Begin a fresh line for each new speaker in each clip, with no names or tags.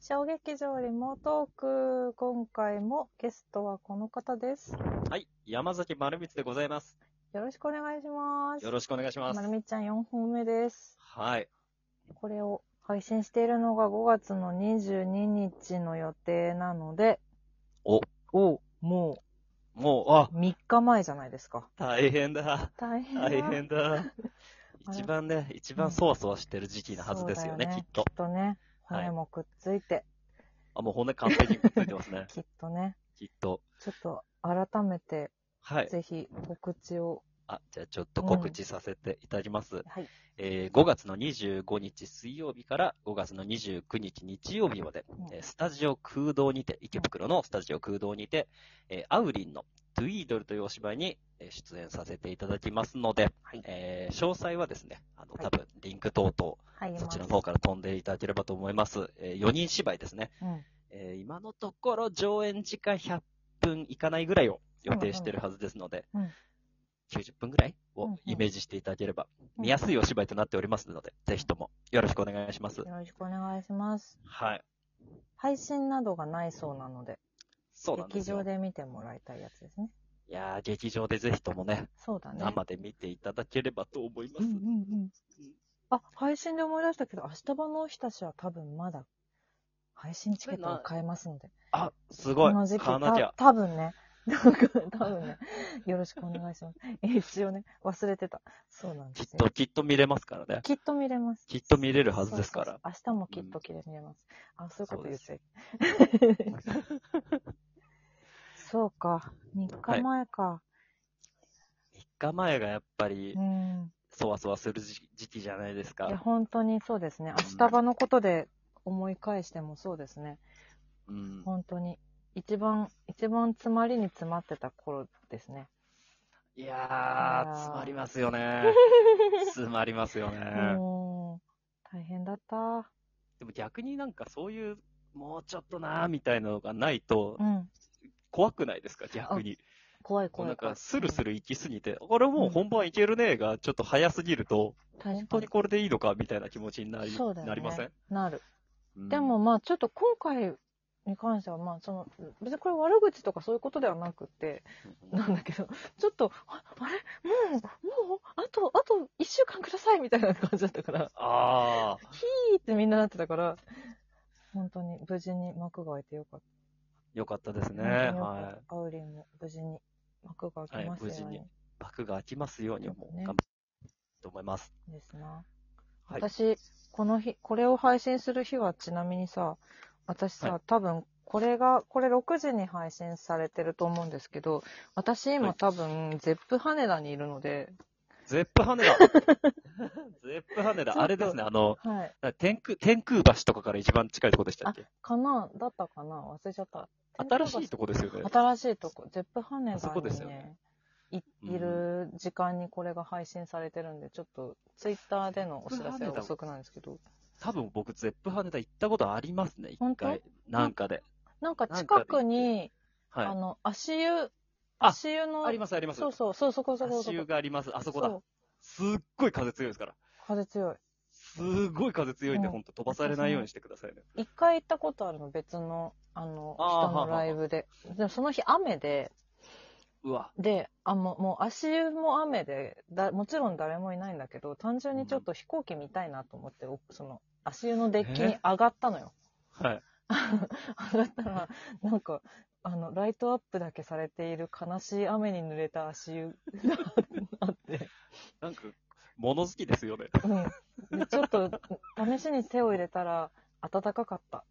小劇場リモートーク、今回もゲストはこの方です。
はい、山崎丸光でございます。
よろしくお願いします。
よろしくお願いします
ま。るみちゃん4本目です。
はい、
これを配信しているのが5月の22日の予定なので、
お
お、も
もう、あ
う、3日前じゃないですか。
大変だ、
大変だ。
大変だ。一番ね、一番そわそわしてる時期なはずですよね、
そうだ
きっと
きっ。とね、
はい
骨もくっついて、
あ、もう骨完璧にくっつい
、
てますね
きっとね、
きっと。
ちょっと改めて、
はい。
ぜひ告知を。
あ、じゃあちょっと告知させていただきます。
はい。
えー5月の25日水曜日から5月の29日日曜日まで、
うん
えースタジオ空洞にて、池袋のスタジオ空洞にて、えーアウリンのトゥイードルというお芝居にえー出演させていただきますので、
はい
えー詳細はですね、あの、
はい
多分、リンク等々、
入ります。
そちらの方から飛んでいただければと思います。え4人芝居ですね。
うん。
えー今のところ上演時間100分いかないぐらいを予定してるはずですので、
うんうん
90分ぐらい
うんう
を
ん
イメージしていただければ、
うん
見やすいお芝居となっておりますので、ぜひともよろしくお願いします。
よろしくお願いします。
はい。
配信などがないそうなので、
そうなんで
劇
すよ。
場で見てもらいたいやつですね。
いやー劇場でぜひともね、
そうだね。
生で見ていただければと思いま
う
す。
んうんうん。あ、配信で思い出したけど、明日場のおひたしは多分まだ配信チケットが買えますので、
あ、すご
こ
い。
の時期
買わなきゃ
た。多分ね、 多分多分ね、よろしくお願いします。 一応ね、忘れてた。そうなん
き
で
っ
すよ
と、。きっと見れますからね。
きっと見れます。
きっと見れるはずですか
そう
ら。
そうそう明日もきっときれいに見れます。あ、そういうこと言っちゃいけない そうか。3日前か。
3日前がやっぱり
う、ん。
そわそわする時時期じゃないです
いや、
か。
本当にそうですね。明日場のことで思い返してもそうですね。
うん。
本当に。一番、一番詰まりに詰まってた頃ですね。
いや
いやー
ー、詰まります よね。詰まりますよ
う
ね。
ん。大変だった。
でも逆になんかそういう、もうちょっとなーみたいなのがないと
う、ん。
怖くないですか逆に。
怖い
こう
怖
ないんか、
怖い。
スルスル行きすぎて、これもう本番いけるねーが、ちょっと早すぎると、
確かに
本当にこれでいいのかみたいな気持ちになり、
そうだよね
なりません、
なる。
うん
でも、まあちょっと今回に関してはまあその別にこれ悪口とかそういうことではなくてなんだけどちょっとああれもうもうあとあと1週間くださいみたいな感じだったから
ああ、
ピーってみんななってたから本当に無事に幕が開いてよかっ
よかったです
た。
ね。
本当によか
は
ったアウリンも無事に幕が開きますよう
はい無
に
事い。幕が開きますように、もう、
ね
頑張りたいと思います。
ですな。
はい。
私この日これを配信する日はちなみにさ私さ、
は
多分これがこれ6時に配信されてると思うんですけど私今、
はい
多分ゼップ羽田にいるので、
ゼップ羽田。 ゼップ羽田、あれですね、あの、
はい、
天空、天空橋とかから一番近いとこでしたっけ
かなだったかな忘れちゃった
新しいとこですよね。
新しいとこゼップ羽
あそこ
田
で
にね
すよね
い
うん
いる時間にこれが配信されてるんで、ちょっとツイッターでのお知らせは
ゼップ羽田
遅くなんですけど、
多分僕、ゼップ羽田行ったことありますね、
本
一
当
回。なんかで。
なんか
なんか
近
で
くに、
はい
あ。の、足湯、
あ
足湯の、
あります、あります。
そうそう、そう、そこそこそ
足湯
こ。
があります。あそこだ
そ。う
すっごい風強いですから。
風強い。
すっごい風強いんで、
うん
ほんと飛ばされないようにしてくださいね。
一回行ったことあるの、別の、あの、
あー
人のライブで。でもその日雨で、
うわ。
で、あ、もう、もう足湯も雨でだ、もちろん誰もいないんだけど、単純にちょっと飛行機見たいなと思って、おその、足湯のデッキに上がったのよ。
はい。
上がったら、なんか、あの、ライトアップだけされている悲しい雨に濡れた足湯があって、
なんか、物好きですよね。
うん。でちょっと、試しに手を入れたら、暖かかった。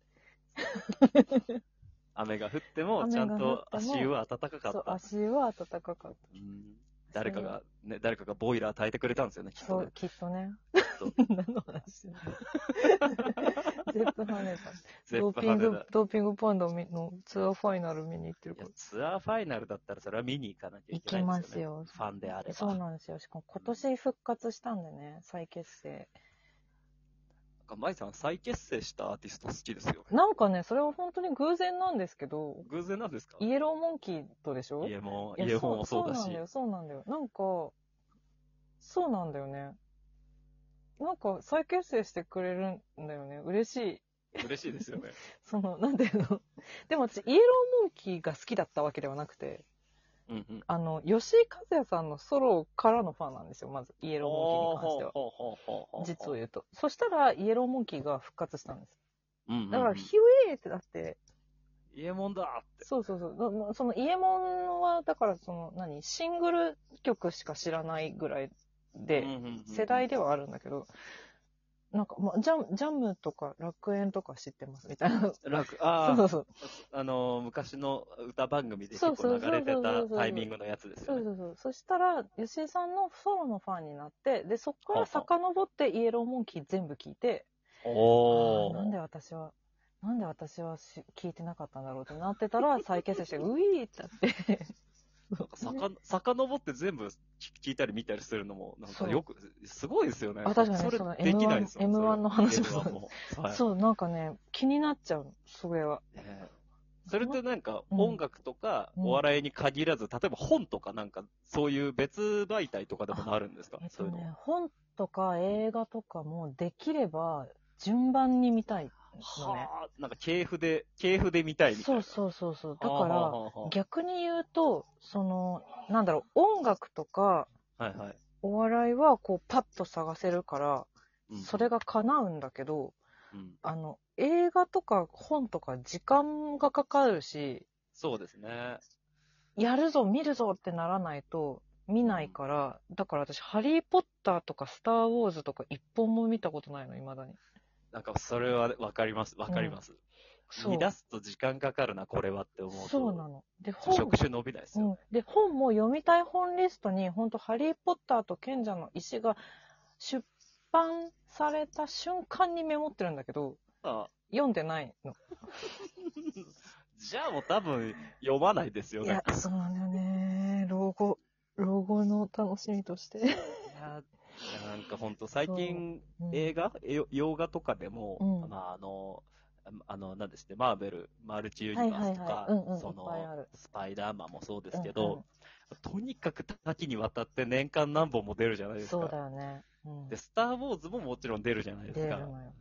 雨が降っても、ちゃんと足湯は暖かか
そう
っ、た。
足湯は暖かかった。
うん誰かが、ね、誰かがボイラー炊いてくれたんですよね、きっ
そ
とね
う、。きっとね。
そう
何の話 だゼップハネ
ゼ
ド
ッ
ー
プ
ピン
羽
グ
田。、
ドーピングパンダのツアーファイナル見に行ってる
い
か
や
ら。
ツアーファイナルだったら、それは見に行かなきゃい
行
けな
き
い
ま
です
す
よね。
よ。
ファンであれば。
そうなんですよ。しかも今年復活したんでね、再結成。
なんか舞さん、再結成したアーティスト好きですよね。
なんかね、それは本当に偶然なんですけど、
偶然なんですか
イエローモンキーとでしょ
イエモン、
いや
イエモンもそうだ
そうなん
し
だ。よ、そうなんだよ。なんか、そうなんだよね。なんか再結成してくれるんだよね。嬉しい。
嬉しいですよ ね。
その、なんていうの。でも私、イエローモンキーが好きだったわけではなくて、
うんうん。
あの、吉井和也さんのソロからのファンなんですよ、まず、イエローモンキーに関しては。
ほうほうほうほうほう
実を言うと。そしたら、イエローモンキーが復活したんです。
うんうんうん。
だから、ヒュエーってだって、
イエモンだって。
そうそうそうな。なその、イエモンは、だから、その、何、シングル曲しか知らないぐらいで、
うんうんうんうん
世代ではあるんだけど、なんか、まあ、ジャム、ジャムとか楽園とか知ってますみたいな。
楽、
そう
あ
そうそう。
あ、あのー、昔の歌番組で
そ
結
うそ
構
うそう
流れて
そうそ
た
うそう
タイミングのやつです
そ
よ
う
ね。
そうそう。そしたら、吉井さんのソロのファンになって、で、そこから遡ってイエローモンキー全部聞いて、
お
あーなんで私は、なんで私はし聞いてなかったんだろうってなって たら、再結成して、ウィーってなって。
さか、遡って全部聞聞いたり見たりするのも、なん
そ
か
う
よく、すごいですよね。
あ確かに
それ
その
できないですよ
M1
それは
M1 の話も
M1 も。はい
そう、なんかね、気になっちゃうの、それは。
ねそれってなんか、
うん
音楽とか、
うん
お笑いに限らず、例えば本とかなんか、そういう別媒体とかでもなるんですか
えっ
そ
と
ういうの
ね、本とか映画とかもできれば、順番に見たいのね。
はあ、なんか系譜で、系譜で見たいみたい
そう
な。う。
そうそうそう。だ
だ
か、
からら
逆に言うと、その、なんだろう、音楽とか、、
はいはい。
お笑いはこうパッと探せるから、
うん
それ、が叶うんだけど、
うん
あの、映画とか本とか時間がかかるし、
そうですね。
やるぞ、見るぞってならないと見ないから、だから私、ハリー・ポッターとかスター・ウォーズとか一本も見たことないの、未だに。
なんか、それはわかります。わかります。
そう
見出すと時間かかるな、これはって思うと。
そうなの。で、本
職、種伸びないです
う
よ
ん。で、本も読みたい本リストに、本当ハリー・ポッターと賢者の石が出版された瞬間にメモってるんだけど、
あ
読んでないの。
じゃあもう多分読まないですよ
い
ね
や。、そうなんだよね。老後、老後の楽しみとして。
いやなんかほんと最近
うん
映画、え洋画とかでも、
うん
まああの、あの、なんですね、マーベル、マルチユニバ
はいはい
ースと
は
か
いうんうん、
そ
いっぱいあ
の
る、
スパイダーマンもそうですけど、とにかく多岐にわたって年間何本も出るじゃない
うん
です
そうだ
か。
よね。うん
で、スター・ウォーズももちろん出るじゃないで
出
す
る
か。
のよ。うん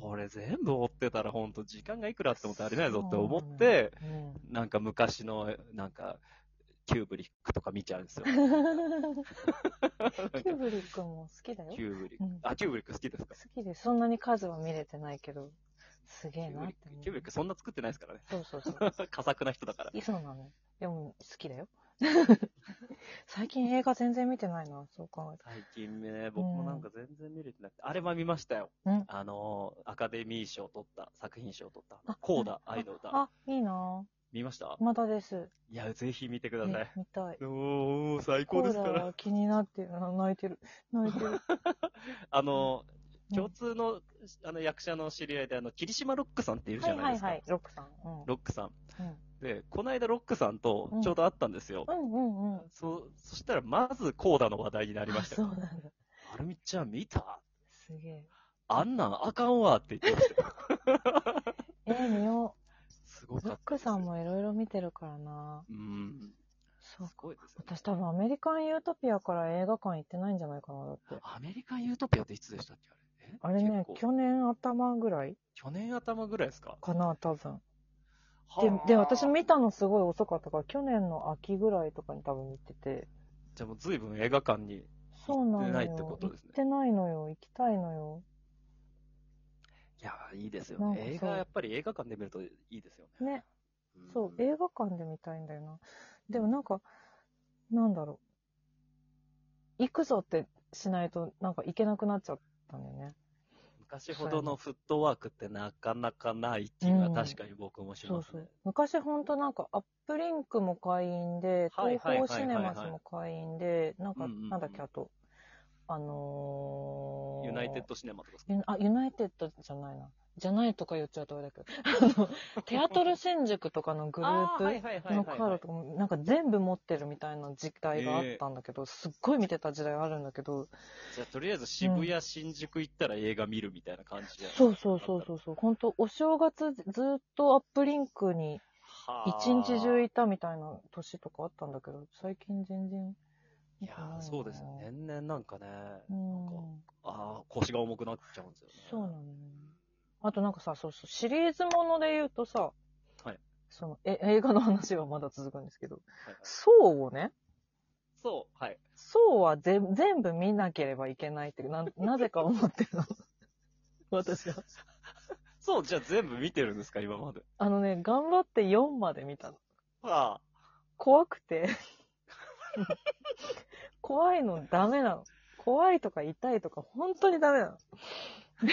これ全部追ってたらほんと時間がいくらあっても足りないぞって思って、、
そうなのよ
なんか昔の、なんか、キューブリックとか見ちゃうんですよ。
うんキューブリックも好きだよ。
キューブリック。
うん好
あ、キューブリック好きですか
きで、そんなに数は見れてないけど、すげえ
キューブ
なっ
リッ
て
ク
思う。
キューブリックそんな作ってないですからね。
そうそうそう。
佳作な人だから。
いそうな の。でも、好きだよ。 最近映画全然見てないな、そう考えた
最近ね、僕もなんか全然見れてなくて、あれは見ましたよ。
うん
あのー、アカデミー賞取った、作品賞取った
あ、
コーダ愛の歌。
あ、いいな
見ました
まだです。
いや、ぜひ見てくださ
え
い。
見たい。
おー、最
コ
高で
ー
す
ラ
から。
は気になってるな。泣いてる。泣いて る。
あの
う
ー、
ん
共通の、あの、役者の知り合いで、あの、霧島ロックさんっているじ
は
ゃ
い
ない
は
で
い
すか。
はい。ロックさん。うん
ロックさん。
うん
で、この間ロックさんとちょうど会ったんですよ。
うんうんうん。
そ、そしたら、まずコーダの話題になりました
あ
よ。
そうなんだ。
はるみちゃん見た
すげえ。
あんなんあかんわって言ってましたよ。
えー、見よ
すご
う。
か
ロッ
った
ク
です
さん。もいろいろ見てるからな。
うん。
そう
す。ごいですよね。
私多分アメリカンユートピアから映画館行ってないんじゃないかな、だって。
アメリカンユートピアっていつでしたっけ
あ
あ
れ
れえ
ね
結、構
去年頭ぐらい
去年頭ぐらいですか
かな、多分。で、で、私見たのすごい遅かったから、去年の秋ぐらいとかに多分見てて。
じゃあもう随分映画館に。
そうなのよ。
行ってないってことですね
行ってないのよ。行きたいのよ。
いや、いいですよ
なんか
ね。映
そう
画、やっぱり映画館で見るといいですよね。
ね。
ん
そう、映画館で見たいんだよな。でもなんか、なんだろう。行くぞってしないと、なんか行けなくなっちゃったんだよね。
昔ほどのフットワークってなかなかない気が確かに僕もし
そ
ま
う
す
そ
ね
う。。昔ほんとなんか、アップリンクも会員で、
はい
東
はいは
宝
いはいはい
シネマスも会員で、なんか、
うんうんうん
なんだっけ、あと、あのー、
ユナイテッドシネマとかですか
ユナあ、ユナイテッドじゃないな。じゃないとか言っちゃうとあれだけど、あ の、テアトル新宿とかのグループ
あはいはいはい
の
はい
カ
は
ー
い
ドとかも、なんか全部持ってるみたいな時代があったんだけ ど、すっごい見てた時代あるんだけど、
じゃあ、とりあえず渋谷、新宿行ったら映画見るみたいな感じで。
そうそうそうそうそう、本当お正月ずっとアップリンクに
はあ
一日中いたみたいな年とかあったんだけど、最近全然
い
見
や
てないな。
ーそうですよ。年々なんかね、
う
なんか
ん。
ああ、腰が重くなっちゃうんですよね。
そうなのよ。あとなんかさ、そうそう、シリーズもので言うとさ、
はい
そのえ映画の話はまだ続くんですけど、
はいはい
そうをね、
そう、はい。
そうはぜ全部見なければいけないってな、なぜか思って るの。私は。
そう、じゃあ全部見てるんですか、今まで。
あのね、頑張って4まで見たの。
ああ。
怖く て。怖いのダメなの。怖いとか痛いとか本当にダメな の。で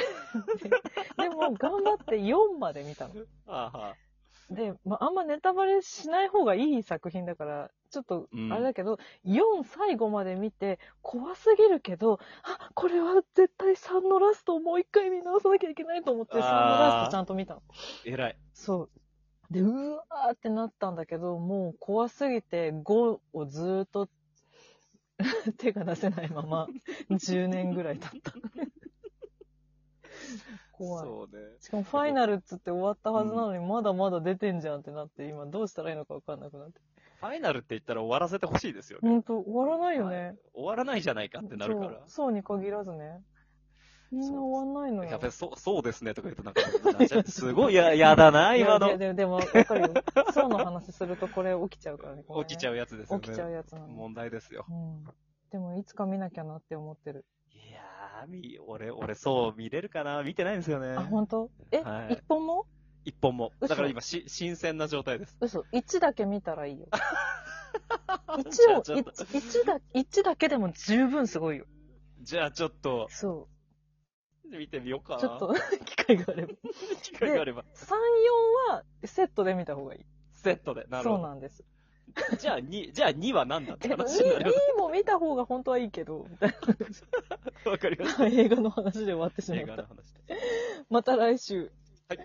でも頑張って4まで見たの。
ああ、はあ。
で、まあ、あんまネタバレしない方がいい作品だから、ちょっと
うん、
あれだけど、4最後まで見て、怖すぎるけど、あ、これは絶対3のラストをもう一回見直さなきゃいけないと思って、3のラストちゃんと見たの。
偉い。
そう。で、うわーってなったんだけど、もう怖すぎて5をずーっと 手が出せないまま10年ぐらい経った。怖い。
そうね。
しかもファイナルっつって終わったはずなのに、まだまだ出てんじゃんってなって、今どうしたらいいのかわかんなくなって。
ファイナルって言ったら終わらせてほしいですよね。
ほんと、終わらないよ
は
ね。
終わらないじゃないかってなるか
そうそうに限らずね。みんな終わんないの
ら。
よ。
やべ、そう、そうですねとか言うとなんかなっちゃう、 すごい、や、やだな、
いや
今
いや
の。
ででも、わかるよ。そうの話するとこれ起きちゃうからね。これね
起きちゃうやつですよね。
起きちゃうやつなの。
問題ですよ。
うん。でも、いつか見なきゃなって思ってる。
いやー、み、俺、俺、そう、見れるかな見てないんですよね
あ、。本当？え、一、
はい
本も
一本も。
嘘
だから今、し、新鮮な状態です。
嘘。一だけ見たらいい よ。一
じゃあ
を、
ちょっと
一一だ、一だけでも十分すごいよ。
じゃあ、ちょっと、
そ
見てみようか
う。
な。
ちょっと、 機会があれば。
機会があれば、
三四はセットで見た方がいい。
セットで。なる
そう
ほ
なんです。
ど。じゃあ、2、じゃあ2は何だって
え、二
話になりま
二も見た方が本当はいいけど、み たい
す。わかりま し。
な映画の話で終わってしたま
映
っ
画
た
の。話で。
また来週。
はい